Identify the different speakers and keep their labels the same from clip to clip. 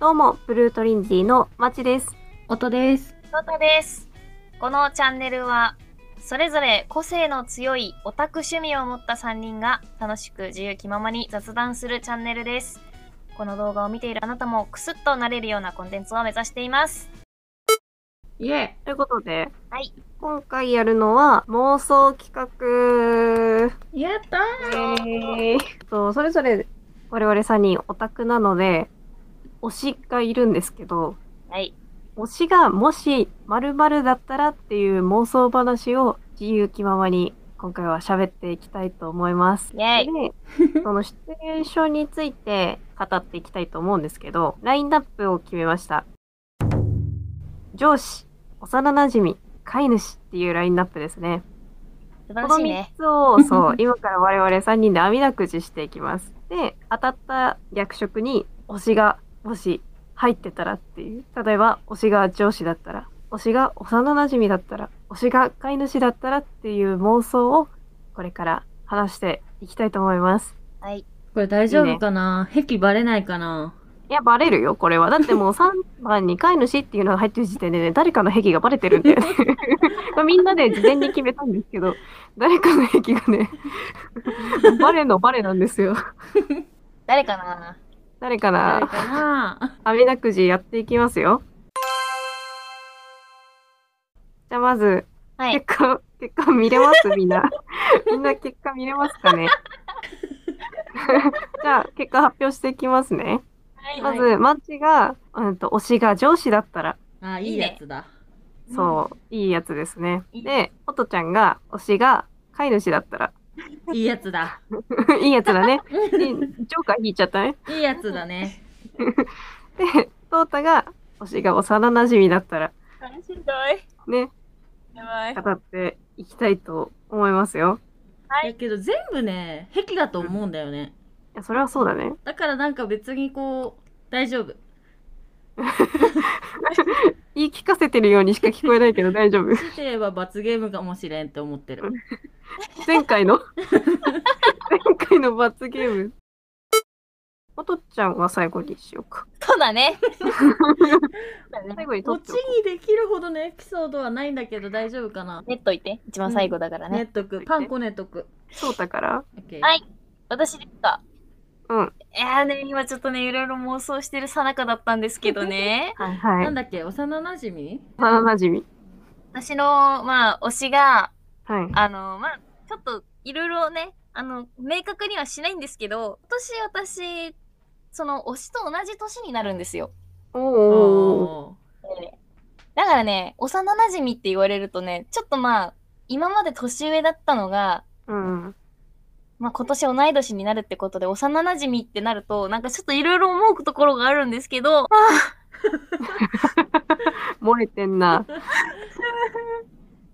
Speaker 1: どうも、ブルートリンティのまちです。
Speaker 2: 音です。
Speaker 3: トトです。このチャンネルは、それぞれ個性の強いオタク趣味を持った3人が楽しく自由気ままに雑談するチャンネルです。この動画を見ているあなたもクスッとなれるようなコンテンツを目指しています。
Speaker 2: イエ
Speaker 1: ということで、
Speaker 3: はい。
Speaker 1: 今回やるのは妄想企画。
Speaker 2: ーやった
Speaker 1: えー、とそれぞれ我々3人オタクなので、推しがいるんですけど、
Speaker 3: はい。
Speaker 1: 推しがもし〇〇だったらっていう妄想話を自由気ままに今回は喋っていきたいと思います。
Speaker 3: イェイ。
Speaker 1: で、そのシチュエーションについて語っていきたいと思うんですけど、ラインナップを決めました。上司、幼馴染、飼い主っていうラインナップですね。こ
Speaker 3: 素晴ら
Speaker 1: の
Speaker 3: し
Speaker 1: 3
Speaker 3: いね。
Speaker 1: つを、そう、 今から我々3人で網だくじしていきます。で、当たった役職に推しが、もし入ってたらっていう。例えば、推しが上司だったら、推しが幼馴染だったら、推しが飼い主だったらっていう妄想を、これから話していきたいと思います。
Speaker 3: はい。
Speaker 2: これ大丈夫かな壁バレないかない
Speaker 1: や、バレるよ、これは。だって もう3番に飼い主っていうのが入ってる時点でね、誰かの癖がバレてるんだよね。 これみんなで事前に決めたんですけど、誰かの癖がね、バレのバレなんですよ。
Speaker 3: 誰かな
Speaker 1: 誰か
Speaker 2: 誰
Speaker 1: な、
Speaker 2: かな
Speaker 1: あみだくじやっていきますよ。じゃあまず、
Speaker 3: はい
Speaker 1: 結。果、結果見れますみんな。みんな結果見れますか ねじゃあ、結果発表していきますね。まず、マッチが、うんと、推しが上司だったら、
Speaker 2: あ、いいやつだ。
Speaker 1: そう、いいやつですね。
Speaker 3: いい
Speaker 1: で、ほとちゃんが、推しが飼い主だったら、
Speaker 2: いいやつだ。
Speaker 1: いいやつだね。でジョーカー引いちゃったね。
Speaker 2: いいやつだね。
Speaker 1: で、トータが、推しが幼馴染だったら、
Speaker 3: しんどい。
Speaker 1: ね、
Speaker 3: やばい。
Speaker 1: 語っていきたいと思いますよ。
Speaker 3: はい
Speaker 2: だけど全部ね、壁だと思うんだよね。
Speaker 1: いや、それはそうだね。
Speaker 2: だからなんか別にこう、大丈夫。
Speaker 1: 言い聞かせてるようにしか聞こえないけど大丈夫。
Speaker 2: 強いて言えば罰ゲームかもしれんって思ってる。
Speaker 1: 前回の前回の罰ゲーム。おとちゃんは最後にしようか。
Speaker 3: そうだね。
Speaker 1: 最後にと
Speaker 2: こっ
Speaker 1: っ
Speaker 2: ち
Speaker 1: ちゃおう
Speaker 2: にできるほどのエピソードはないんだけど大丈夫かな
Speaker 3: ネットいて。一番最後だから
Speaker 2: ねっ
Speaker 3: ね。
Speaker 2: とく。パンこねっとく。
Speaker 1: そうだから。
Speaker 2: オッケー
Speaker 3: はい私ですか。
Speaker 1: うん。
Speaker 3: いやーね、今ちょっとね、いろいろ妄想してる最中だったんですけどね。
Speaker 1: はいは
Speaker 2: なん
Speaker 1: い。
Speaker 2: だっけ幼馴染
Speaker 1: 幼なじみ。
Speaker 3: 私の、まあ、推しが、
Speaker 1: はい。
Speaker 3: あの、まあ、ちょっと、いろいろね、あの、明確にはしないんですけど、今年私、その、推しと同じ年になるんですよ。
Speaker 1: おお。
Speaker 3: だからね、幼馴染って言われるとね、ちょっとまあ、今まで年上だったのが、
Speaker 1: うん。
Speaker 3: まあ、今年同い年になるってことで、幼馴染ってなると、なんかちょっといろいろ思うところがあるんですけど、
Speaker 1: 漏れてんな。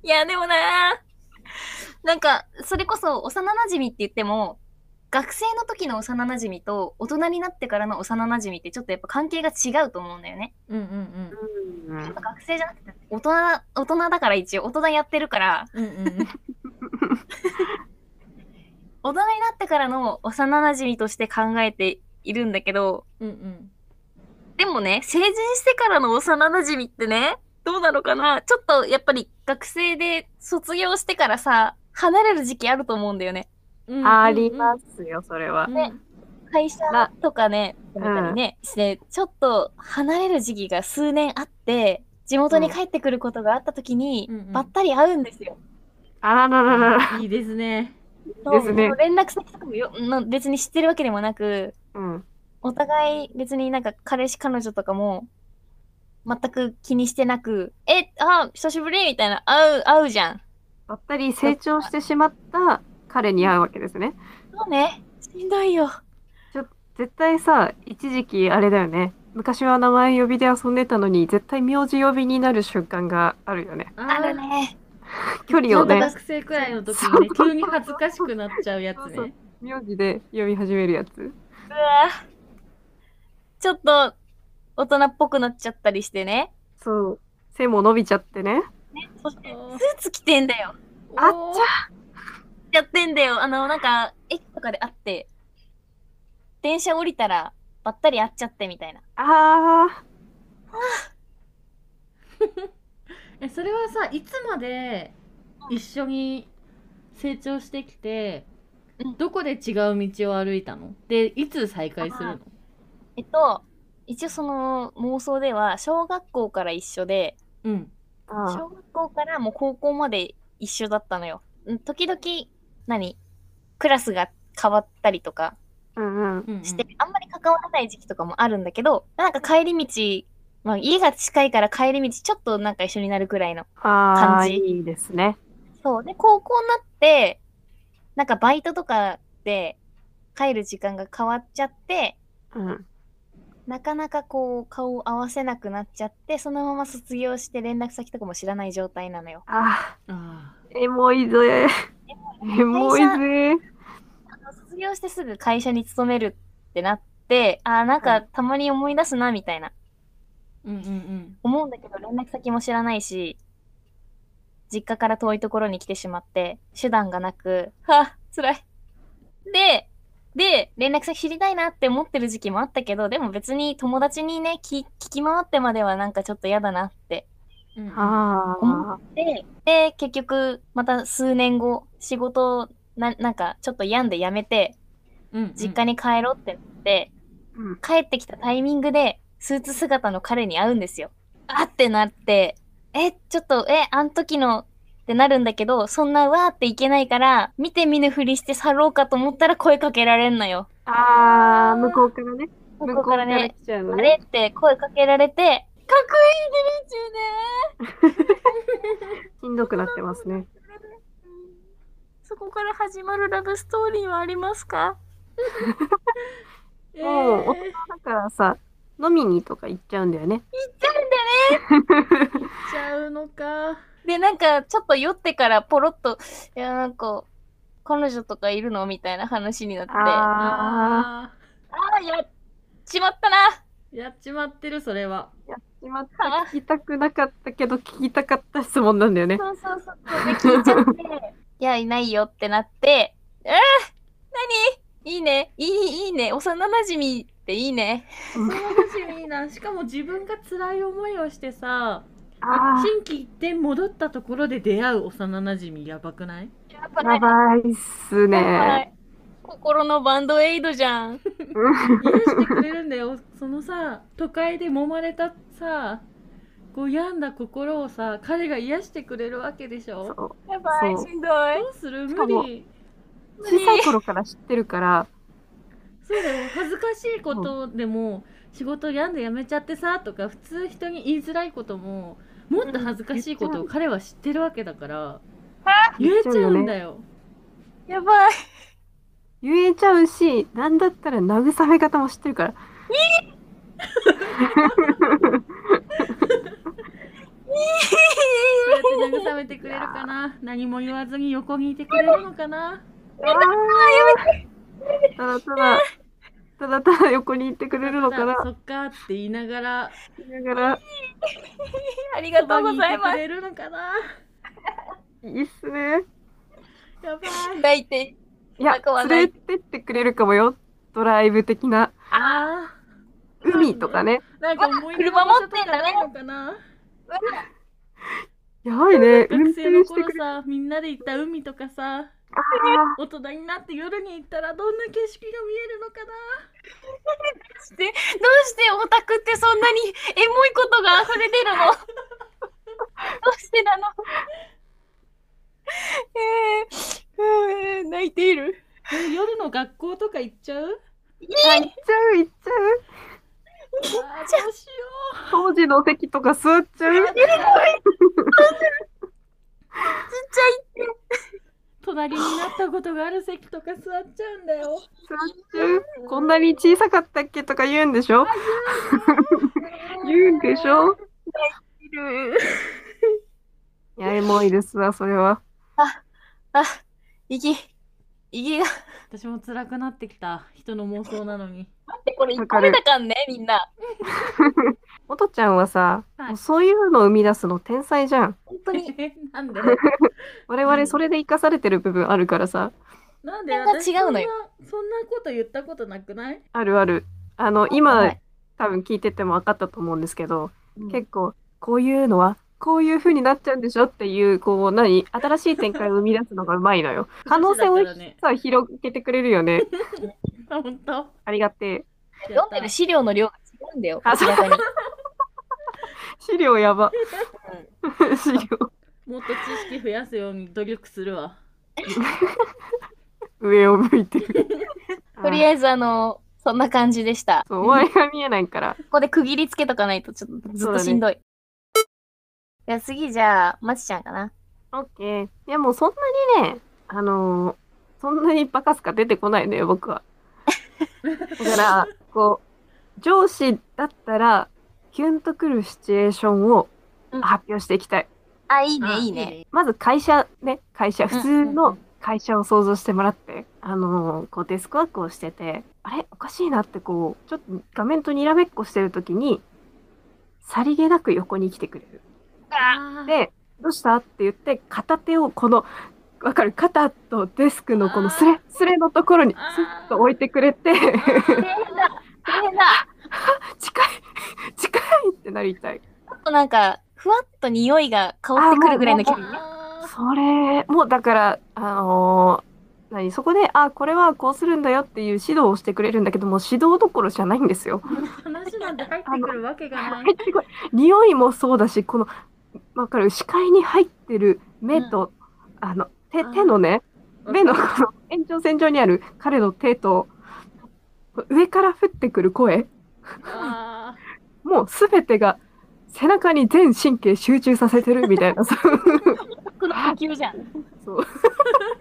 Speaker 3: いや、でもなー、なんか、それこそ幼馴染って言っても、学生の時の幼馴染と大人になってからの幼馴染ってちょっとやっぱ関係が違うと思うんだよね。
Speaker 2: うんうん
Speaker 1: うん
Speaker 3: やっぱ学生じゃなくて大人、大人だから一応大人やってるから、
Speaker 2: うん。うんうん。
Speaker 3: 大人になってからの幼馴染として考えているんだけど、
Speaker 2: うんうん。
Speaker 3: でもね、成人してからの幼馴染ってね、どうなのかなちょっとやっぱり学生で卒業してからさ、離れる時期あると思うんだよね。
Speaker 1: ありますよ、それは。
Speaker 3: ね会社
Speaker 1: な
Speaker 3: とかね、勤めたりね、して、ちょっと離れる時期が数年あって、地元に帰ってくることがあった時に、
Speaker 2: うんうん
Speaker 3: ばったり会うんですよ。
Speaker 1: あららららら。
Speaker 2: いいですね。
Speaker 3: そう
Speaker 1: ですね
Speaker 3: もう連絡先とかもよの別に知ってるわけでもなく、
Speaker 1: うん。
Speaker 3: お互い別になんか彼氏彼女とかも、全く気にしてなく、え、あ、久しぶりみたいな、会う、会うじゃん。
Speaker 1: ばったり成長してしまった彼に会うわけですね。
Speaker 3: そうね、しんどいよ。
Speaker 1: 絶対さ、一時期あれだよね。昔は名前呼びで遊んでたのに、絶対名字呼びになる瞬間があるよね。
Speaker 3: あるね。
Speaker 1: 距離を
Speaker 2: なんか
Speaker 1: ね、
Speaker 2: 学生くらいの時にね、急に恥ずかしくなっちゃうやつ
Speaker 1: そうそう
Speaker 2: ね。
Speaker 1: 名字で呼び始めるやつ。
Speaker 3: うわちょっと、大人っぽくなっちゃったりしてね。
Speaker 1: そう。背も伸びちゃってね。
Speaker 3: そして、スーツ着てんだよ。
Speaker 1: あっちゃ
Speaker 3: やってんだよ。あの、なんか、駅とかで会って、電車降りたら、ばったり会っちゃってみたいな。
Speaker 1: ああ、
Speaker 2: えそれはさいつまで一緒に成長してきて、
Speaker 3: うん
Speaker 2: どこで違う道を歩いたのでいつ再会するの
Speaker 3: えっと、一応その妄想では、小学校から一緒で、
Speaker 2: うん
Speaker 1: あ
Speaker 3: 小学校からもう高校まで一緒だったのよ。うん時々、何クラスが変わったりとか
Speaker 1: あ、うんうん。
Speaker 2: うんうん
Speaker 3: して、あんまり関わらない時期とかもあるんだけど、なんか帰り道、まあ家が近いから帰り道ちょっとなんか一緒になるくらいの。
Speaker 1: ああ、
Speaker 3: 感じ
Speaker 1: いいですね。
Speaker 3: そう。で、高校になって、なんかバイトとかで帰る時間が変わっちゃって、
Speaker 1: うん。
Speaker 3: なかなかこう顔を合わせなくなっちゃって、そのまま卒業して連絡先とかも知らない状態なのよ。
Speaker 1: ああ、
Speaker 2: あ
Speaker 1: エモいぜ。エモいぜ。
Speaker 3: 卒業してすぐ会社に勤めるってなって、あーなん
Speaker 1: は
Speaker 3: か
Speaker 1: い
Speaker 3: たまに思い出すなみたいな。
Speaker 2: ーうんうんうん
Speaker 3: 思うんだけど連絡先も知らないし、実家から遠いところに来てしまって、手段がなく、はぁ、辛い。で、で、連絡先知りたいなって思ってる時期もあったけど、でも別に友達にね、聞聞き回ってまではなんかちょっと嫌だなって。
Speaker 2: うんうん
Speaker 1: ああ、
Speaker 3: で、で、結局、また数年後、仕事をな、なんかちょっと病んで辞めて、
Speaker 2: うんうん
Speaker 3: 実家に帰ろうってなって、
Speaker 1: うん。
Speaker 3: 帰ってきたタイミングでスーツ姿の彼に会うんですよ。あってなって、え、ちょっと、え、あん時のってなるんだけど、そんなわーっていけないから、見て見ぬふりして去ろうかと思ったら声かけられんのよ。
Speaker 1: ああ、向こうからね。
Speaker 3: 向こうから
Speaker 1: 向
Speaker 3: ね、
Speaker 1: 来ちゃうの
Speaker 3: あ
Speaker 1: ね。
Speaker 3: れって声かけられて、かっこいいデ
Speaker 1: しんどくなってますね。
Speaker 3: ビューねそこから始まるラブストーリーはありますか
Speaker 2: えー
Speaker 1: もうだからさ、飲みにとか行っちゃうんだよね。
Speaker 2: 行っちゃうのか
Speaker 3: で、なんか、ちょっと酔ってからポロッと、いや、なんか、彼女とかいるのみたいな話になって、あ
Speaker 1: ああ、
Speaker 2: あ
Speaker 3: あー、やっちまったな
Speaker 2: ーやっちまってるそれは
Speaker 1: やっちまった。聞きたくなかったけど、聞きたかった質問なんだよね。
Speaker 3: そうそうそう。で、聞いちゃって、 いや、いないよってなって、えー、何いいね、いい、いいね、幼馴染みっていいね。
Speaker 2: その楽しみいいなしかも自分が辛い思いをしてさ
Speaker 1: あ
Speaker 2: 新規行って戻ったところで出会う幼馴染みやばくない
Speaker 3: やっぱ
Speaker 1: あ、や
Speaker 3: ね、
Speaker 1: ばいっす
Speaker 3: は
Speaker 1: ね。
Speaker 3: い心のバンドエイドじゃん。
Speaker 2: 許してくれるんだよそのさ都会で揉まれたさこう病んだ心をさ彼が癒してくれるわけでし
Speaker 1: そ
Speaker 2: ょ
Speaker 1: う
Speaker 3: やばい、
Speaker 1: そう
Speaker 3: しんど
Speaker 2: ど
Speaker 3: い。
Speaker 2: うする
Speaker 1: しか
Speaker 2: 無
Speaker 1: も
Speaker 2: 理
Speaker 3: 無
Speaker 1: 小
Speaker 3: 理
Speaker 1: さい頃から知ってるから、
Speaker 2: そうだよ恥ずかしいことでも仕事病んでやめちゃってさとか普通人に言いづらいことももっと恥ずかしいことを彼は知ってるわけだから言えちゃうんだよ
Speaker 3: やばい。
Speaker 1: 言えちゃうし、なんだったら慰め方も知ってるから。
Speaker 2: そうやって慰めてくれるかな何も言わずに横にいてくれるのかな
Speaker 1: あーただただ、ただただ横に行ってくれるのかな。
Speaker 2: そっかって言いながら
Speaker 1: だから、
Speaker 3: あり
Speaker 2: あ
Speaker 3: がとうございます
Speaker 2: く。れるのかない
Speaker 1: いっすね。
Speaker 2: やばい
Speaker 3: 抱いて。
Speaker 1: いや
Speaker 3: なくは、
Speaker 1: 連
Speaker 3: ない
Speaker 1: れてってくれるかもよ。ドライブ的な。
Speaker 2: あ
Speaker 1: 海とかね。
Speaker 2: なんか思い出の
Speaker 3: 車
Speaker 2: 場
Speaker 3: 持
Speaker 2: 所
Speaker 3: っ
Speaker 2: と
Speaker 3: て
Speaker 2: か
Speaker 3: んだね
Speaker 2: ないのかな
Speaker 1: やばいね。運
Speaker 2: 学
Speaker 1: 転
Speaker 2: 生の
Speaker 1: してく
Speaker 2: 頃
Speaker 1: れる。
Speaker 2: さみんなで行った海とかさ
Speaker 1: あ
Speaker 2: 大人になって夜に行ったらどんな景色が見えるのかな
Speaker 3: してどうしてオタクってそんなにエモいことが溢れ出る のどうしてなのえー、うん泣いている。
Speaker 2: え夜の学校とか行っちゃう
Speaker 1: ー行っちゃう、行っちゃう。
Speaker 2: あーどうしよ
Speaker 1: 当時の席とか座っちゃう。
Speaker 2: う隣になったことがある席とか座っちゃうんだよ
Speaker 1: 座っちゃう。こんなに小さかったっけとか言うんでしょ言うんでしょ
Speaker 3: いる。
Speaker 1: いや、エモいですわ、それは。
Speaker 3: あ、息、息が。
Speaker 2: 私も辛くなってきた人の妄想なのに
Speaker 3: で、これ
Speaker 1: わ
Speaker 3: 1
Speaker 1: か
Speaker 3: 個
Speaker 1: る
Speaker 3: 目だかんね、みんな。
Speaker 1: おとちゃんはさ、
Speaker 2: はい
Speaker 1: もうそういうのを生み出すの天才じゃん。
Speaker 3: 本当に。
Speaker 2: えなんで
Speaker 1: 我
Speaker 2: う
Speaker 1: 々
Speaker 2: ん
Speaker 1: それで生かされてる部分あるからさ。
Speaker 2: なんで
Speaker 3: それが
Speaker 2: 私
Speaker 3: 違うのよ
Speaker 2: そんなそんなこと言ったことなくない
Speaker 1: あるある。あの
Speaker 3: は
Speaker 1: 今
Speaker 3: い
Speaker 1: 多分聞いてても分かったと思うんですけど、結構こういうのはこういう風になっちゃうんでしょっていうこう何新しい展開を生み出すのがうまいのよ可能性を
Speaker 2: だからね
Speaker 1: さ広げてくれるよね
Speaker 2: あ本当
Speaker 1: ありがて
Speaker 2: や
Speaker 3: 読
Speaker 2: っ
Speaker 3: ん
Speaker 2: た
Speaker 3: でる資料の量が違うんだよ、
Speaker 1: あ
Speaker 3: 明らかに。
Speaker 1: え資料やば 資料
Speaker 2: もっと知識増やすように努力するわ
Speaker 1: 上を向いてる
Speaker 3: とりあえず、あの、そんな感じでした。
Speaker 1: そう終わりが見えないから
Speaker 3: ここで区切りつけとかないと、ちょっとずっとしんどい。じゃあ次、じゃあ、まちちゃんかな。
Speaker 1: オッケーでもそんなにねあのーそんなにバカすか出てこないのよ僕はだからこう上司だったらキュンとくるシチュエーションを発表していきたい
Speaker 3: あ、いいね
Speaker 2: あ、
Speaker 3: いいね。
Speaker 1: まず会社ね、会社、
Speaker 3: ん
Speaker 1: 普通の会社を想像してもらって、あのーこうデスクワークをしてて、あれおかしいなってこう、ちょっと画面とにらめっこしてるときに、さりげなく横に来てくれる。
Speaker 2: あー
Speaker 1: で、どうしたって言って、片手をこの、わかる、肩とデスクのこのスレ、スレのところにスッと置いてくれて、
Speaker 3: 大変だ、大変だ。
Speaker 1: 近い、近いってなりたい。
Speaker 3: あとなんか、ふわっと匂いが香ってくるぐらいの気分ね。
Speaker 2: あー
Speaker 1: それもだからあのー何そこであこれはこうするんだよっていう指導をしてくれるんだけども指導どころじゃないんです よ。
Speaker 2: 話なんて入ってくるわけがない
Speaker 1: 入ってこい匂いもそうだしこのわかる視界に入ってる目と、あの手
Speaker 2: あ
Speaker 1: 手のね目のこの延長線上にある彼の手と上から降ってくる声
Speaker 2: あ
Speaker 1: もう全てが背中に全神経集中させてるみたいな そう
Speaker 3: この呼吸じゃん。
Speaker 1: そう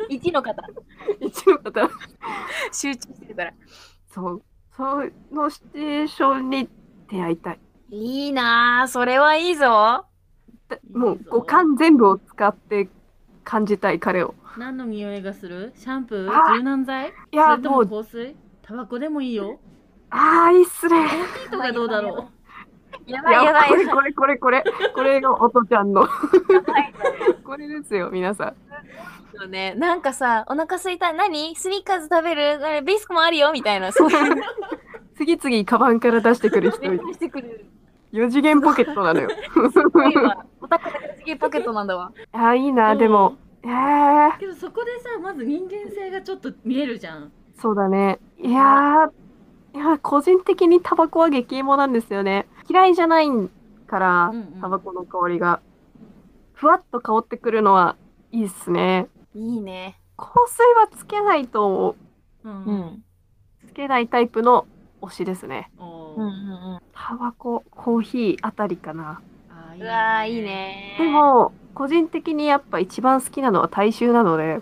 Speaker 3: 一の方、
Speaker 1: 一の方
Speaker 3: 集中してるから。
Speaker 1: そう、そのシチュエーションに出会いたい。
Speaker 3: いいなぁ、それはいいぞ。
Speaker 1: だ
Speaker 2: いいぞ
Speaker 1: もう五感全部を使って感じたい彼を。
Speaker 2: ー何の匂いがするシャンプー
Speaker 1: あー
Speaker 2: 柔軟剤
Speaker 1: い
Speaker 2: い
Speaker 1: や、
Speaker 2: それ
Speaker 1: も
Speaker 2: と
Speaker 1: う、
Speaker 2: も香水タバコでもいいよ
Speaker 1: ああ、いいっすね。
Speaker 2: コーヒーとかどうだろ
Speaker 3: や
Speaker 1: い
Speaker 3: ばいやば
Speaker 1: や、
Speaker 3: い
Speaker 1: こ
Speaker 3: や
Speaker 1: れ、これ、これ、これ、これが音ちゃんの。
Speaker 3: ばい。
Speaker 1: これですよ、皆さん。
Speaker 3: そうね、なんかさ、お腹すいた、何スニーカーズ食べるあれビスクもあるよみたいな、そういうの
Speaker 1: 次々カバンから出してくる人、
Speaker 3: してくれる。
Speaker 1: 四次元ポケットなのよ。
Speaker 3: すごいわ。オタクだからすげえポケットなんだわ。
Speaker 1: ああ、いいな、
Speaker 2: う
Speaker 1: でも、えー、
Speaker 2: けどそこでさまず人間性がちょっと見えるじゃん
Speaker 1: そうだね。いやー、いやー個人的にタバコは激エモなんですよね。嫌いじゃないから、
Speaker 2: うんうん
Speaker 1: タバコの香りが。ふわっと香ってくるのはいいっすね。
Speaker 3: いいね。
Speaker 1: 香水はつけないと、
Speaker 2: うん
Speaker 3: うん。
Speaker 1: つけないタイプの推しですね。
Speaker 2: おー
Speaker 3: うんうん
Speaker 1: タバコ、コーヒーあたりかな。
Speaker 2: あー
Speaker 3: うん。うわー、いいね。
Speaker 1: で、も、個人的にやっぱ一番好きなのは大衆なので、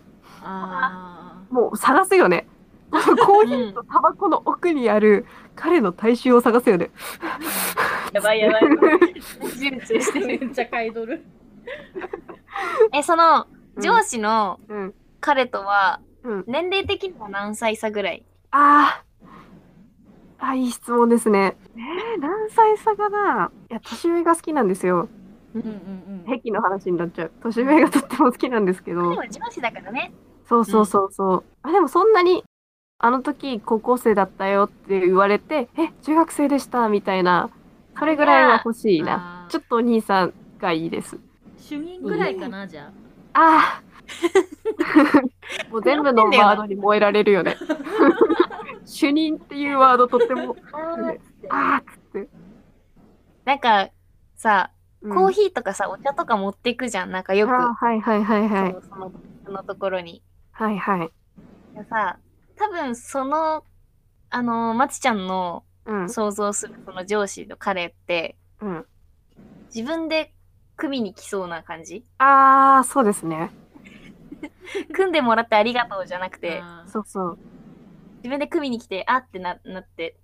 Speaker 2: あ
Speaker 1: もう探すよね。このコーヒ
Speaker 3: う
Speaker 1: ー
Speaker 3: ん
Speaker 1: とタバコの奥にある彼の大衆を探すよね。
Speaker 3: やばいやばい。集中して
Speaker 2: ーめ
Speaker 3: る。
Speaker 2: っちゃ買い取る
Speaker 3: え、その、
Speaker 1: うん
Speaker 3: 上司の
Speaker 1: うん。
Speaker 3: 彼とは、
Speaker 1: うん
Speaker 3: 年齢的には何歳差ぐらい
Speaker 1: あーあ、いい質問ですね。えー、何歳差かないや、年上が好きなんですよ。
Speaker 2: うんうんうん
Speaker 1: 壁の話になっちゃう。年上がとっても好きなんですけ
Speaker 3: で
Speaker 1: ど
Speaker 3: も。上司だからね。
Speaker 1: そうそうそうそう。あ、でもそんなに、あの時高校生だったよって言われて、え、中学生でしたみたいな、それぐらいは欲しいな。
Speaker 2: な
Speaker 1: ちょっとお兄さんがいいです。
Speaker 2: 主任ぐらいかなじゃ
Speaker 1: ああ もう全部のワードに燃えられる よね。主任っていうワードとっても、 ああっつって。
Speaker 3: なんか、さ、
Speaker 1: うん
Speaker 3: コーヒーとかさ、お茶とか持ってくじゃん。なんかよく、
Speaker 1: あーはいはいはい
Speaker 3: そ
Speaker 1: はい。
Speaker 3: のそのそのところに。
Speaker 1: はいはい。
Speaker 3: さ多分そのあのまちちゃんの
Speaker 1: うん。
Speaker 3: 想像するその上司の彼って
Speaker 1: うん、
Speaker 3: 自分で組みに来そうな感じ
Speaker 1: ああ、そうですね。
Speaker 3: 組んでもらってありがとうじゃなく
Speaker 2: あ
Speaker 3: て
Speaker 2: あー
Speaker 1: そうそう。
Speaker 3: 自分で組みに来てあってななって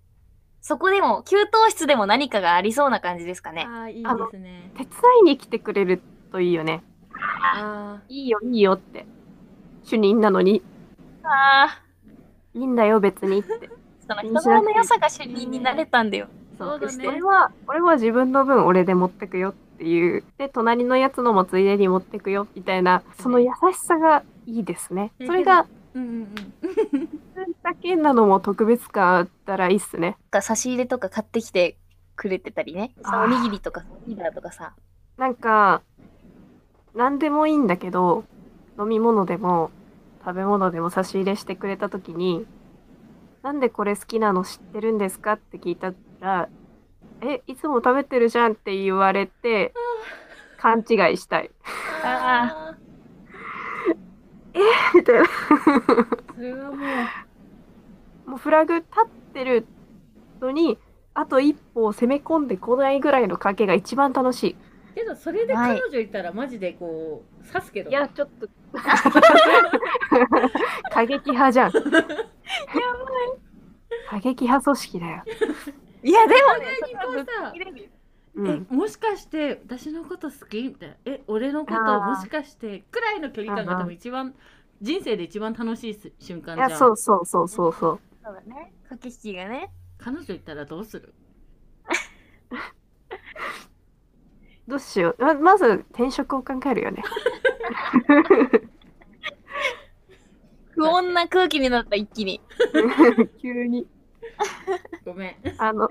Speaker 3: そこでも給湯室でも何かがありそうな感じですかね
Speaker 2: あーいいですね
Speaker 1: 手伝いに来てくれるといいよね。
Speaker 2: あ
Speaker 1: いいよ、いいよって。主任なのに、
Speaker 3: あ
Speaker 1: いいんだよ、別に って。
Speaker 3: ーその人柄の良さが主任になれたんだよ
Speaker 2: そうだね
Speaker 1: 俺は、俺は自分の分俺で持ってくよっていう。で、隣のやつのもついでに持ってくよ、みたいな、その優しさがいいですね。
Speaker 2: え
Speaker 1: それが
Speaker 2: ーうんうんうん
Speaker 1: だけなのも特別感あったらいいっすね。
Speaker 3: か差し入れとか買ってきてくれてたりねさ
Speaker 1: あー
Speaker 3: おにぎりとかリーダーとかさ
Speaker 1: なんか、何でもいいんだけど、飲み物でも食べ物でも差し入れしてくれたときに、なんでこれ好きなの知ってるんですかって聞いたら、え、いつも食べてるじゃんって言われて、勘違いしたい。
Speaker 3: あ
Speaker 2: あ
Speaker 1: みたいな。
Speaker 2: ーそれはもう
Speaker 1: もうフラグ立ってるのに、あと一歩攻め込んでこないぐらいの賭けが一番楽し
Speaker 2: けどそれで彼女いたらマジでこう刺すけ
Speaker 1: い。
Speaker 2: ど
Speaker 1: いや、ちょっと。 過激派じゃん。 やばい。過激派組織だよ。
Speaker 3: いやでもね
Speaker 2: にこうさ
Speaker 1: う
Speaker 2: え
Speaker 1: ん。
Speaker 2: もしかして私のこと好きみたいなえ俺のこと
Speaker 1: あー
Speaker 2: もしかしてくらいの距離感
Speaker 1: うんう
Speaker 2: が
Speaker 1: ん
Speaker 2: 多分一番人生で一番楽しいす瞬間
Speaker 1: い
Speaker 2: じゃん
Speaker 1: や、そうそうそうそうそう。
Speaker 3: そうだね駆け引きがね
Speaker 2: 彼女いたらどうする
Speaker 1: どうしよう。ままず転職を考えるよ ね。
Speaker 3: 不穏な空気になった一気に
Speaker 1: 急に。
Speaker 2: ごめん
Speaker 1: あの、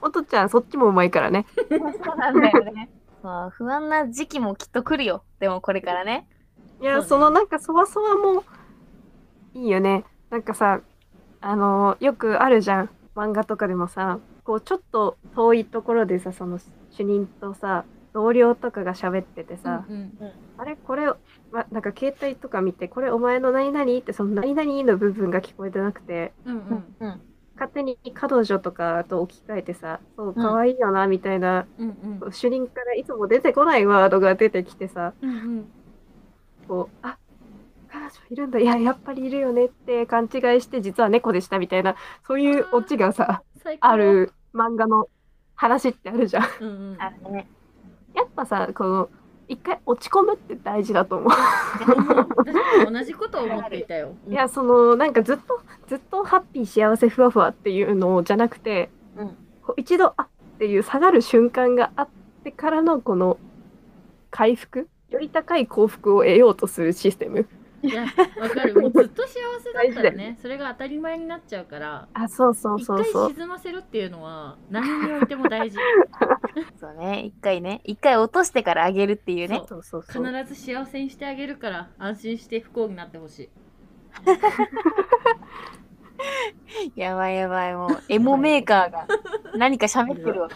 Speaker 1: おとちゃん、そっちもうまいからね。
Speaker 3: そうなんだよ ね不安な時期もきっと来るよでもこれからね
Speaker 1: いや、
Speaker 2: そうね
Speaker 1: そのなんかそわそわもいいよね。なんかさ、あのよくあるじゃん。漫画とかでもさ、こうちょっと遠いところでさ、その主任とさ、同僚とかが喋っててさ、
Speaker 2: うんうん
Speaker 1: あれこれ、ま、なんか携帯とか見て、これお前の何々ってその何々の部分が聞こえてなくて、
Speaker 2: うんうん
Speaker 1: 勝手に彼女とかと置き換えてさ、そう、可愛いよな、みたいな、
Speaker 2: うんうん
Speaker 1: 主任からいつも出てこないワードが出てきてさ、
Speaker 2: うんうん
Speaker 1: こう、あ彼女いるんだ、いや、やっぱりいるよねって勘違いして、実は猫でしたみたいな、そういうオチがさ、
Speaker 2: 最高
Speaker 1: ある漫画の話ってあるじゃん。
Speaker 2: うんうん
Speaker 3: るね
Speaker 1: やっぱさ、この、一回落ち込むって大事だと思う。
Speaker 2: 私も同じことを思っていたよ
Speaker 1: いや、その、なんかずっと、ずっとハッピー、幸せ、ふわふわっていうのじゃなくて、
Speaker 3: うん
Speaker 1: こう一度、あっていう下がる瞬間があってからの、この、回復より高い幸福を得ようとするシステム。
Speaker 2: いやわかるもうずっと幸せだったらねそれが当たり前になっちゃうから
Speaker 1: あ、そうそう
Speaker 2: 一
Speaker 1: そうそう
Speaker 2: 回。沈ませるっていうのは何においても大事
Speaker 3: そうね一回ね一回落としてからあげるっていうね
Speaker 1: そうそうそ
Speaker 2: 必
Speaker 1: う。
Speaker 2: ず幸せにしてあげるから安心して不幸になってほしい
Speaker 3: やばいやばいも うエモメーカーが何か喋って るわ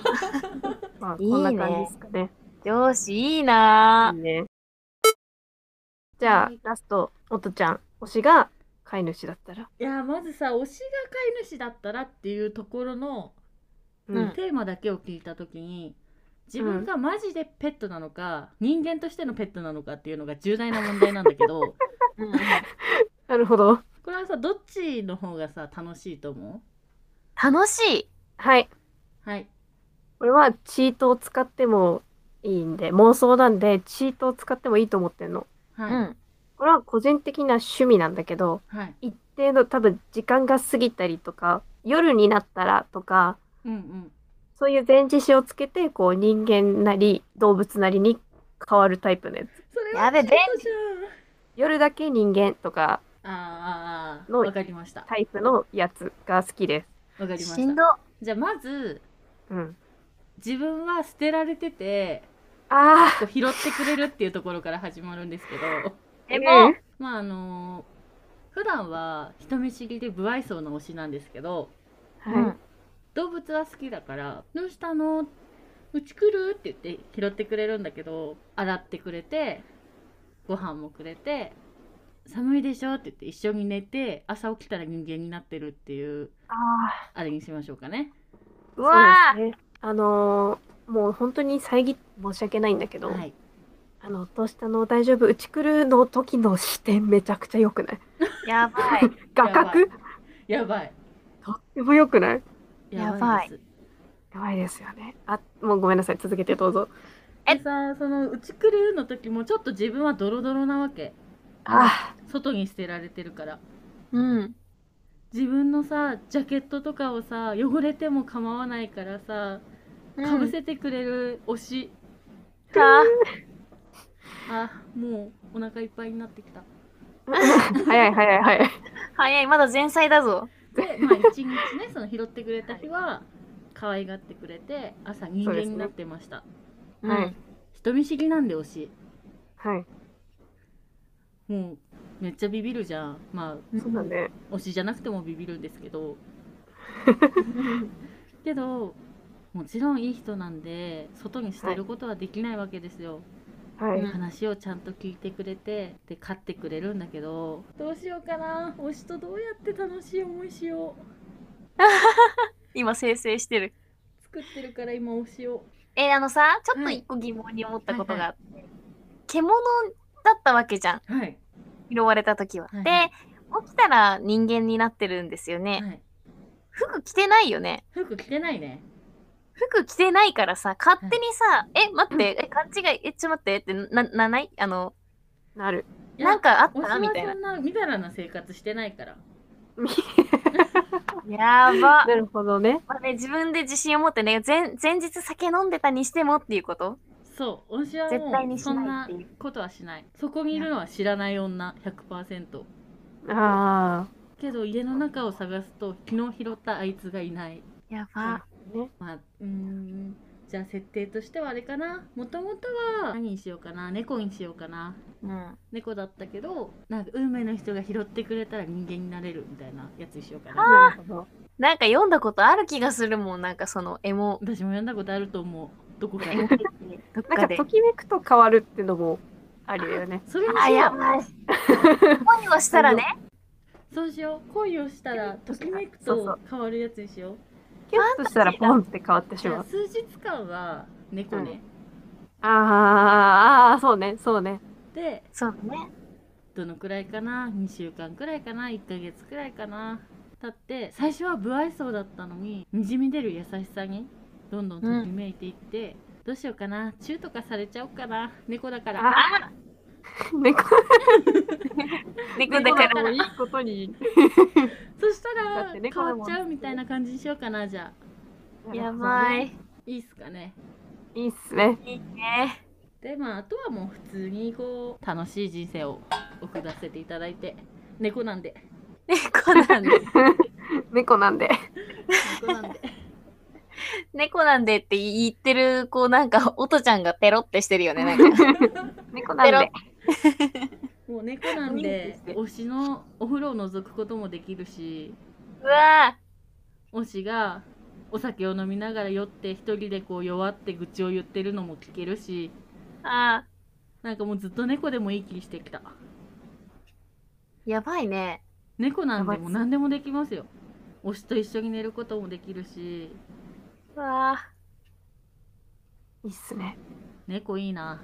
Speaker 1: まあ、
Speaker 3: いい
Speaker 1: こ
Speaker 3: ね
Speaker 1: んな感じですかね。
Speaker 3: 上司いいない
Speaker 1: いね。じゃあ、ラスト、おとちゃん、推しが飼い主だったら。
Speaker 2: いやまずさ推しが飼い主だったらっていうところの
Speaker 1: う
Speaker 3: うん
Speaker 1: ん。
Speaker 2: テーマだけを聞いた時に自分がマジでペットなのか、人間としてのペットなのかっていうのが重大な問題なんだけ ど
Speaker 3: ぁ、うん
Speaker 1: なるほど。
Speaker 2: これはさどっちの方がさ楽しいと思
Speaker 3: 楽しい
Speaker 1: はい。
Speaker 2: うはい
Speaker 1: これはチートを使ってもいいんで、妄想なんで、チートを使ってもいいと思ってんの。
Speaker 2: はい、
Speaker 3: うん
Speaker 1: これは個人的な趣味なんだけど、
Speaker 2: はい
Speaker 1: 一定の多分時間が過ぎたりとか、夜になったらとか、
Speaker 2: うんうん
Speaker 1: そういう前置詞をつけて、こう人間なり動物なりに変わるタイプのやつ。
Speaker 2: それ
Speaker 3: やべ
Speaker 2: ちょっとじ
Speaker 1: 夜だけ人間とか
Speaker 2: ゃああーあー
Speaker 1: の
Speaker 2: わかりました
Speaker 1: タイプのやつが好きです。
Speaker 2: わかりま
Speaker 3: し
Speaker 2: し
Speaker 3: んど
Speaker 2: たじゃあまず
Speaker 1: うん。
Speaker 2: 自分は捨てられてて
Speaker 1: ああ、
Speaker 2: こう拾ってくれるっていうところから始まるんですけど
Speaker 3: エモ
Speaker 2: まああの普段は人見知りで不愛想な推しなんですけど
Speaker 1: は
Speaker 3: うん
Speaker 1: い。
Speaker 2: 動物は好きだから「どうしたのうち来る?」って言って拾ってくれるんだけど洗ってくれてご飯もくれて「寒いでしょ?」って言って一緒に寝て朝起きたら人間になってるっていう
Speaker 1: ああ、
Speaker 2: あれにしましょうかね。
Speaker 3: うわ
Speaker 1: そうですね。あのーもう本当に遮って申し訳ないんだけど、
Speaker 2: はい、
Speaker 1: あの、どうしたの大丈夫うち来るの時の視点めちゃくちゃ良くない
Speaker 3: ぁやばい
Speaker 1: 画角
Speaker 2: やばい
Speaker 1: とっても良くない
Speaker 2: やばいです
Speaker 1: やばいですよね。あ、もうごめんなさい。続けてどうぞ。
Speaker 3: え
Speaker 2: でさその「うち来る?」の時もちょっと自分はドロドロなわけ
Speaker 1: あ
Speaker 2: 外に捨てられてるから。
Speaker 3: うん
Speaker 2: 自分のさジャケットとかをさ汚れても構わないからさかぶせてくれる推し、
Speaker 3: た
Speaker 2: あもうお腹いっぱいになってきた
Speaker 1: 早い早い早い。
Speaker 3: 早いまだ前菜だぞ
Speaker 2: で、まあ、1日ねその拾ってくれた日は可愛がってくれて朝人間になってました、
Speaker 1: はい
Speaker 3: うん
Speaker 2: 人見知りなんで推し
Speaker 1: はい。
Speaker 2: もうめっちゃビビるじゃんまあ
Speaker 1: そうだね。
Speaker 2: 推しじゃなくてもビビるんですけ どけどもちろんいい人なんで外に捨てることはできないわけですよ、
Speaker 1: はい。
Speaker 3: うん
Speaker 2: 話をちゃんと聞いてくれてで勝ってくれるんだけどどうしようかな推しとどうやって楽しい思いしよう
Speaker 3: 今生成してる
Speaker 2: 作ってるから今推しを
Speaker 3: えあのさちょっと
Speaker 2: はい
Speaker 3: 一個疑問に思ったことがあって、獣だったわけじゃん
Speaker 2: はい
Speaker 3: 拾われた時は、
Speaker 2: はい
Speaker 3: で起きたら人間になってるんですよね、
Speaker 2: はい
Speaker 3: 服着てないよね
Speaker 2: 服着てないね
Speaker 3: 服着てないからさ勝手にさ、え待ってえ勘違いえちょっと待ってってななないあの
Speaker 1: なる。
Speaker 2: いや
Speaker 3: なんかあっ
Speaker 2: 推した
Speaker 3: みたい
Speaker 2: は
Speaker 3: な
Speaker 2: そんなみだらな生活してないから
Speaker 3: やば
Speaker 1: なるほどね。
Speaker 3: まあね、自分で自信を持ってね前前日酒飲んでたにしてもっていうこと
Speaker 2: そう推しは
Speaker 3: 絶対
Speaker 2: も
Speaker 3: に
Speaker 2: う
Speaker 3: し
Speaker 2: そん
Speaker 3: ない
Speaker 2: な
Speaker 3: っていう
Speaker 2: ことはしないそこにいるのは知らない女100%
Speaker 1: あ
Speaker 2: けど家の中を探すと昨日拾ったあいつがいない
Speaker 3: やば
Speaker 1: あ。ね。
Speaker 2: まあ、うーんじゃあ設定としてはあれかなもともとは何にしようかな猫にしようかな
Speaker 3: うん
Speaker 2: 猫だったけどなんか運命の人が拾ってくれたら人間になれるみたいなやつにしようか
Speaker 1: な
Speaker 2: な
Speaker 1: るほど。
Speaker 3: なんか読んだことある気がするもんなんかそのエモ
Speaker 2: 私も読んだことあると思うどこ か
Speaker 3: エモ
Speaker 2: で
Speaker 3: いどっ
Speaker 1: な
Speaker 3: か
Speaker 1: んか
Speaker 3: で
Speaker 1: ときめくと変わるってのもありだよね。
Speaker 2: それに
Speaker 3: あ
Speaker 2: し
Speaker 3: や
Speaker 2: よう
Speaker 3: ばい恋をしたらね
Speaker 2: そうしよう恋をしたらときめく
Speaker 1: そうそう
Speaker 2: と変わるやつにしよう
Speaker 1: キュッとしたらポンって変わってし
Speaker 2: じゃ
Speaker 1: ま
Speaker 2: あ
Speaker 1: う。
Speaker 2: 数日間は猫ね、
Speaker 1: あーあー、そうね、そうね。
Speaker 2: で
Speaker 3: そうね
Speaker 2: どのくらいかな2週間くらいかな1ヶ月くらいかなだって最初は不愛想だったのににじみ出る優しさにどんどんときめいていって、どうしようかなチューとかされちゃおうかな猫だから
Speaker 1: あ
Speaker 3: あ
Speaker 1: 猫
Speaker 3: 猫
Speaker 1: 猫
Speaker 3: だか
Speaker 1: だ
Speaker 3: ら
Speaker 1: からいいことに。
Speaker 2: そした
Speaker 1: だ
Speaker 2: ら
Speaker 1: って
Speaker 2: 変
Speaker 1: 猫だ
Speaker 2: わ
Speaker 1: もん
Speaker 2: っちゃうみたいな感じにしようかなじゃあ
Speaker 3: やばい。
Speaker 2: いいっすかね
Speaker 1: いいっすね。
Speaker 3: いいね
Speaker 2: でまああとはもう普通にこう楽しい人生を送らせていただいて猫なんで
Speaker 3: 猫なんで
Speaker 1: 猫なん で。
Speaker 2: 猫なんで
Speaker 3: 猫なんでって言ってるこうなんか音ちゃんがペロってしてるよね なんか
Speaker 1: 猫なんで。
Speaker 2: もう猫なんで推しのお風呂を覗くこともできるし
Speaker 3: うわ
Speaker 2: 推しがお酒を飲みながら酔って一人でこう弱って愚痴を言ってるのも聞けるし
Speaker 3: ーあ
Speaker 2: なんかもうずっと猫でもいい気してきた
Speaker 3: ーやばいね
Speaker 2: 猫なんで
Speaker 1: やばいっ
Speaker 2: も
Speaker 1: す
Speaker 2: 何でもできますよ推しと一緒に寝ることもできるし
Speaker 3: うわー
Speaker 1: いいっす ね。
Speaker 2: 猫いいな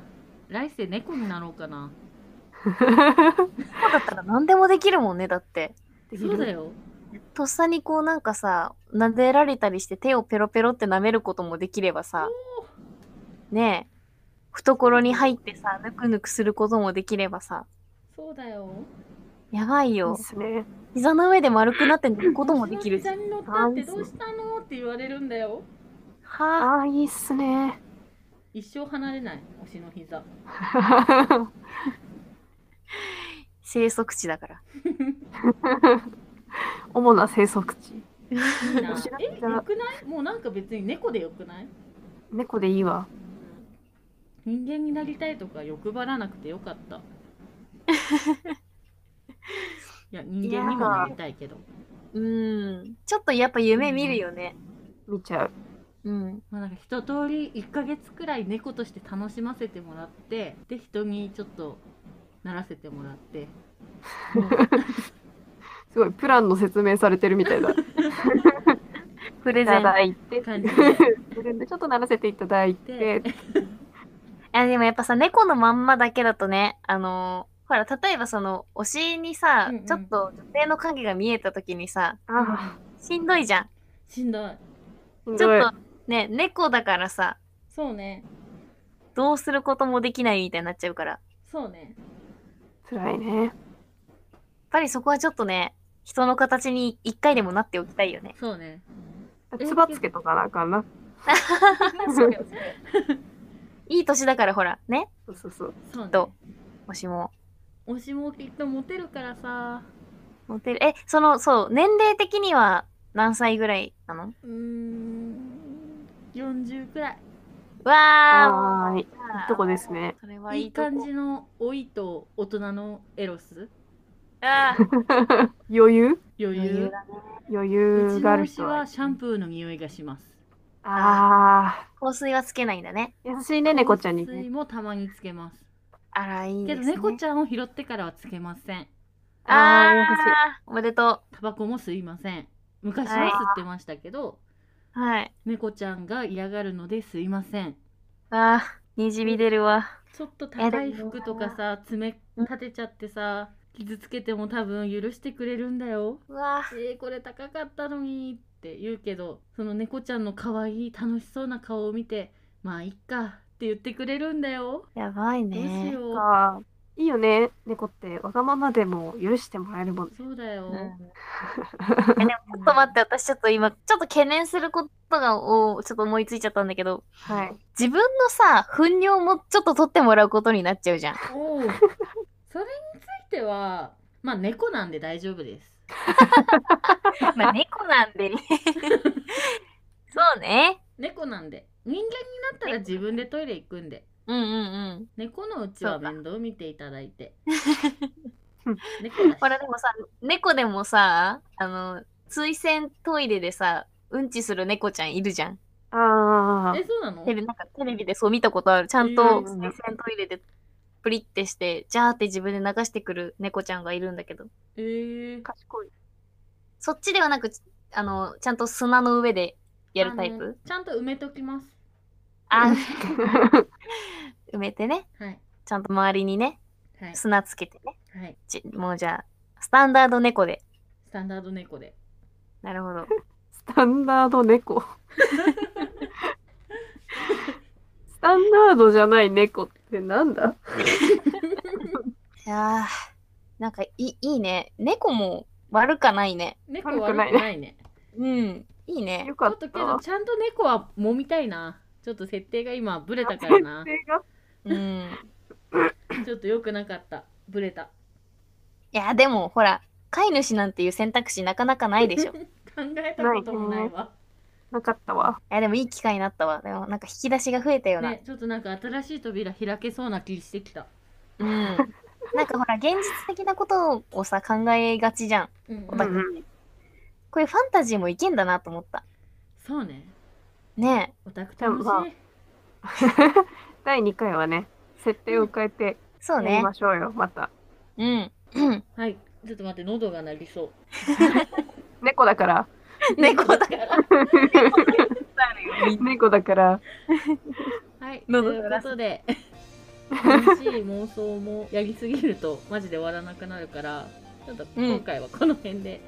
Speaker 2: 来世猫になろうかな
Speaker 3: 猫だったら何でもできるもんねだって
Speaker 2: そうだ
Speaker 1: よ。
Speaker 2: よ
Speaker 3: とっさにこうなんかさ撫でられたりして手をペロペロって舐めることもできればさねえ懐に入ってさぬくぬくすることもできればさ
Speaker 2: そうだよ
Speaker 3: やばい
Speaker 1: いいっ
Speaker 3: よ
Speaker 1: すね。
Speaker 3: 膝の上で丸くなって寝ることもできるし
Speaker 2: 私の膝に乗ったってどうしたのって言われるんだよ
Speaker 3: はあ
Speaker 1: ああ、いいっすね。
Speaker 2: 一生離れない推しの膝
Speaker 3: 生息地だから
Speaker 1: 主な生息地。
Speaker 2: いいな
Speaker 1: 推しの
Speaker 2: え
Speaker 1: 膝
Speaker 2: よくないもうなんか別に猫でよくない
Speaker 1: 猫でいいわ。
Speaker 2: 人間になりたいとか欲張らなくてよかった いや人間にもなりたいけど
Speaker 3: うんちょっとやっぱ夢見るよね
Speaker 1: 見ちゃう。
Speaker 3: うん
Speaker 2: まあなんか一通り1ヶ月くらい猫として楽しませてもらってで人にちょっとならせてもらってもう
Speaker 1: すごい、プランの説明されてるみたい な。い
Speaker 3: プレゼ
Speaker 1: た
Speaker 3: ント
Speaker 1: だいて。
Speaker 2: 感じで
Speaker 1: 自分でちょっと鳴らせていただい て。
Speaker 3: あでもやっぱさ猫のまんまだけだとねあのーほら例えばその推しにさ、
Speaker 2: うんうん
Speaker 3: ちょっと女性の影が見えた時にさ
Speaker 1: あ
Speaker 3: しんどいじゃん
Speaker 2: しんどい
Speaker 1: あ、
Speaker 3: ち
Speaker 1: ち
Speaker 3: ょ
Speaker 1: ょ
Speaker 3: っ
Speaker 1: っ
Speaker 3: とね猫だからさ
Speaker 2: そうね
Speaker 3: どうすることもできないみたいになっちゃうからやっ
Speaker 2: そうね
Speaker 1: と辛いね。
Speaker 3: ぱりそこはちょっとね人の形に一回でもなっておきたいよね
Speaker 2: そうね
Speaker 1: つばつけとかなあかんな。
Speaker 3: そうよ いい年だからほらね
Speaker 1: そうそうそう。
Speaker 2: そうね
Speaker 3: どう推しも
Speaker 2: 推しもきっとモテるからさ
Speaker 3: モテる。え、その、そう、年齢的には何歳ぐらいなの
Speaker 2: うーん40くらい
Speaker 3: わー
Speaker 1: はーい。いいとこですね。
Speaker 3: それはいい
Speaker 2: い
Speaker 3: いとこ
Speaker 2: 感じの老いと大人のエロス
Speaker 3: あー
Speaker 1: 余裕
Speaker 2: 余
Speaker 3: 余裕
Speaker 2: 裕
Speaker 3: だね
Speaker 1: 余
Speaker 2: う
Speaker 1: 裕
Speaker 2: ち
Speaker 1: があ
Speaker 2: の推
Speaker 1: る
Speaker 2: し
Speaker 1: 人
Speaker 2: はシャン
Speaker 1: プ
Speaker 2: プーの匂いがします
Speaker 1: ー。ああ。
Speaker 3: 香水はつけないんだね
Speaker 1: 優しいね、猫ちゃんに
Speaker 2: 香水
Speaker 1: ね。
Speaker 2: もたまにつけます
Speaker 3: あらいい
Speaker 2: け
Speaker 3: で
Speaker 2: ど
Speaker 3: すね
Speaker 2: 猫ちゃんを拾ってからはつけません
Speaker 1: あー優しい
Speaker 3: あーおめでと
Speaker 2: タバコも吸いません昔は
Speaker 3: はい
Speaker 2: 吸ってましたけど
Speaker 3: うはい
Speaker 2: 猫ちゃんが嫌がるので吸いません
Speaker 3: あーにじみ出るわ
Speaker 2: ちょっと高い服とかさ爪立てちゃってさ傷つけても多分許してくれるんだよ
Speaker 3: うわ
Speaker 2: えー、これ高かったのにって言うけどその猫ちゃんの可愛い楽しそうな顔を見てまあいっかって言ってくれるんだよ
Speaker 3: やばい
Speaker 2: どうし
Speaker 3: ね
Speaker 2: よう、
Speaker 1: あーいいよね、猫って。わがままでも許してもらえるもんね。
Speaker 2: そうだよ、
Speaker 3: うん
Speaker 2: うん
Speaker 3: えでもちょっと待って私ちょっと今ちょっと懸念することがをちょっと思いついちゃったんだけど
Speaker 1: はい。
Speaker 3: 自分のさ糞尿もちょっと取ってもらうことになっちゃうじ ゃん
Speaker 2: おうそれについてはまあ猫なんで大丈夫です
Speaker 3: まあ猫なんでね そうね
Speaker 2: 猫なんで人間になったら自分でトイレ行くんで
Speaker 3: うんうんうん
Speaker 2: 猫のうちは面倒見ていただい て猫だし
Speaker 3: ほらでもさ猫でもさあの水洗トイレでさうんちする猫ちゃんいるじゃん
Speaker 1: あ
Speaker 2: えそうなの
Speaker 3: テレビなんかテレビでそう見たことあるちゃん
Speaker 2: えー
Speaker 3: と水洗トイレでプリってしてジャーって自分で流してくる猫ちゃんがいるんだけど
Speaker 2: えー
Speaker 1: あ。、賢い。
Speaker 3: そっちではなくあのちゃんと砂の上でやるタイ
Speaker 2: あの
Speaker 3: プ
Speaker 2: ちゃんと埋めときます
Speaker 3: あ埋めてね
Speaker 2: はい
Speaker 3: ちゃんと周りにね
Speaker 2: はい
Speaker 3: 砂つけてね
Speaker 2: はい
Speaker 3: ちもうじゃあスタンダード猫で
Speaker 2: スタンダード猫で
Speaker 3: なるほ ど
Speaker 1: スタンダード猫。スタンダードじゃない猫ってなんだ
Speaker 3: いやーなんかいいいいね猫も悪かないね
Speaker 2: 猫
Speaker 1: 悪
Speaker 2: 悪
Speaker 1: く
Speaker 2: く
Speaker 1: ないね
Speaker 2: ないね
Speaker 3: うん、いいね
Speaker 1: よ。か
Speaker 2: ちょっ
Speaker 1: っ
Speaker 2: とけ
Speaker 1: た
Speaker 2: ど。ちゃんと猫は揉みたいなちょっと設定が今ブレたからな
Speaker 1: 設定が
Speaker 3: うん。
Speaker 2: ちょっと良くなかったブレた
Speaker 3: いや、でも、ほら、飼い主なんていう選択肢なかなかないでしょ。い
Speaker 2: 考えたこともないわ
Speaker 1: なかったわ。
Speaker 3: や、でもいい機会になったわ。でも、なんか引き出しが増えたような。
Speaker 2: ねちょっとなんか新しい扉開けそうな気してきた
Speaker 3: うん。 なんかほら、現実的なことをさ、考えがちじゃん。
Speaker 2: うん
Speaker 3: オタ
Speaker 1: うんう
Speaker 3: クって。こういうファンタジーもいけんだなと思った。
Speaker 2: そうね
Speaker 3: ね
Speaker 2: オタク
Speaker 1: でも
Speaker 2: 楽
Speaker 1: まあ
Speaker 2: しい
Speaker 1: 第2回はね、設定を変えて
Speaker 3: え。そう
Speaker 1: やり
Speaker 3: ね。
Speaker 1: ましょうよ、また。
Speaker 3: うん。
Speaker 2: はい、ちょっと待って、喉が鳴りそう。
Speaker 1: 猫だから。
Speaker 3: 猫だか
Speaker 2: から。
Speaker 1: 猫だから。
Speaker 2: はい、と
Speaker 3: 喉
Speaker 2: い
Speaker 3: が
Speaker 2: うこ
Speaker 3: 鳴らす
Speaker 2: とで、楽しい妄想もやりすぎると、マジで終わらなくなるから、ちょっと今回はこの辺で。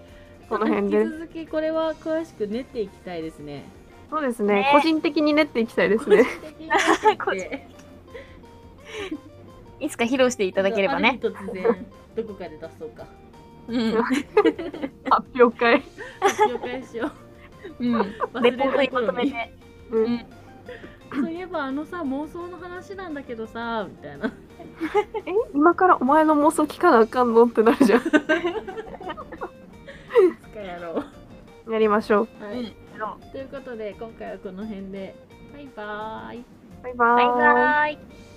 Speaker 1: この辺で
Speaker 2: また引き続きこれは詳しく練っていきたいですね。
Speaker 1: そうですね
Speaker 3: ね。
Speaker 1: 個人的に練っていきたいですね。
Speaker 2: 個人的に
Speaker 3: いつか披露していただければね。
Speaker 2: ある日突然、どこかで出そうか。
Speaker 3: うん。
Speaker 1: 発表会。
Speaker 2: 了解しよう。
Speaker 3: うん。
Speaker 2: 忘
Speaker 3: レ
Speaker 2: れ
Speaker 3: ポート
Speaker 2: た
Speaker 3: にまと
Speaker 2: 頃
Speaker 3: め
Speaker 2: に。
Speaker 3: て。
Speaker 1: う
Speaker 3: うん
Speaker 1: ん。
Speaker 2: そういえば、あのさ、妄想の話なんだけどさ、みたいな。
Speaker 1: え、今からお前の妄想聞かなあかんのってなるじゃん。
Speaker 2: やろ
Speaker 1: やりましょう。
Speaker 2: う。は
Speaker 3: うん
Speaker 2: い。ということで、今回はこの辺で。バイバーイ。
Speaker 1: バイバ
Speaker 3: バイ
Speaker 1: ーイ。
Speaker 3: バーイ。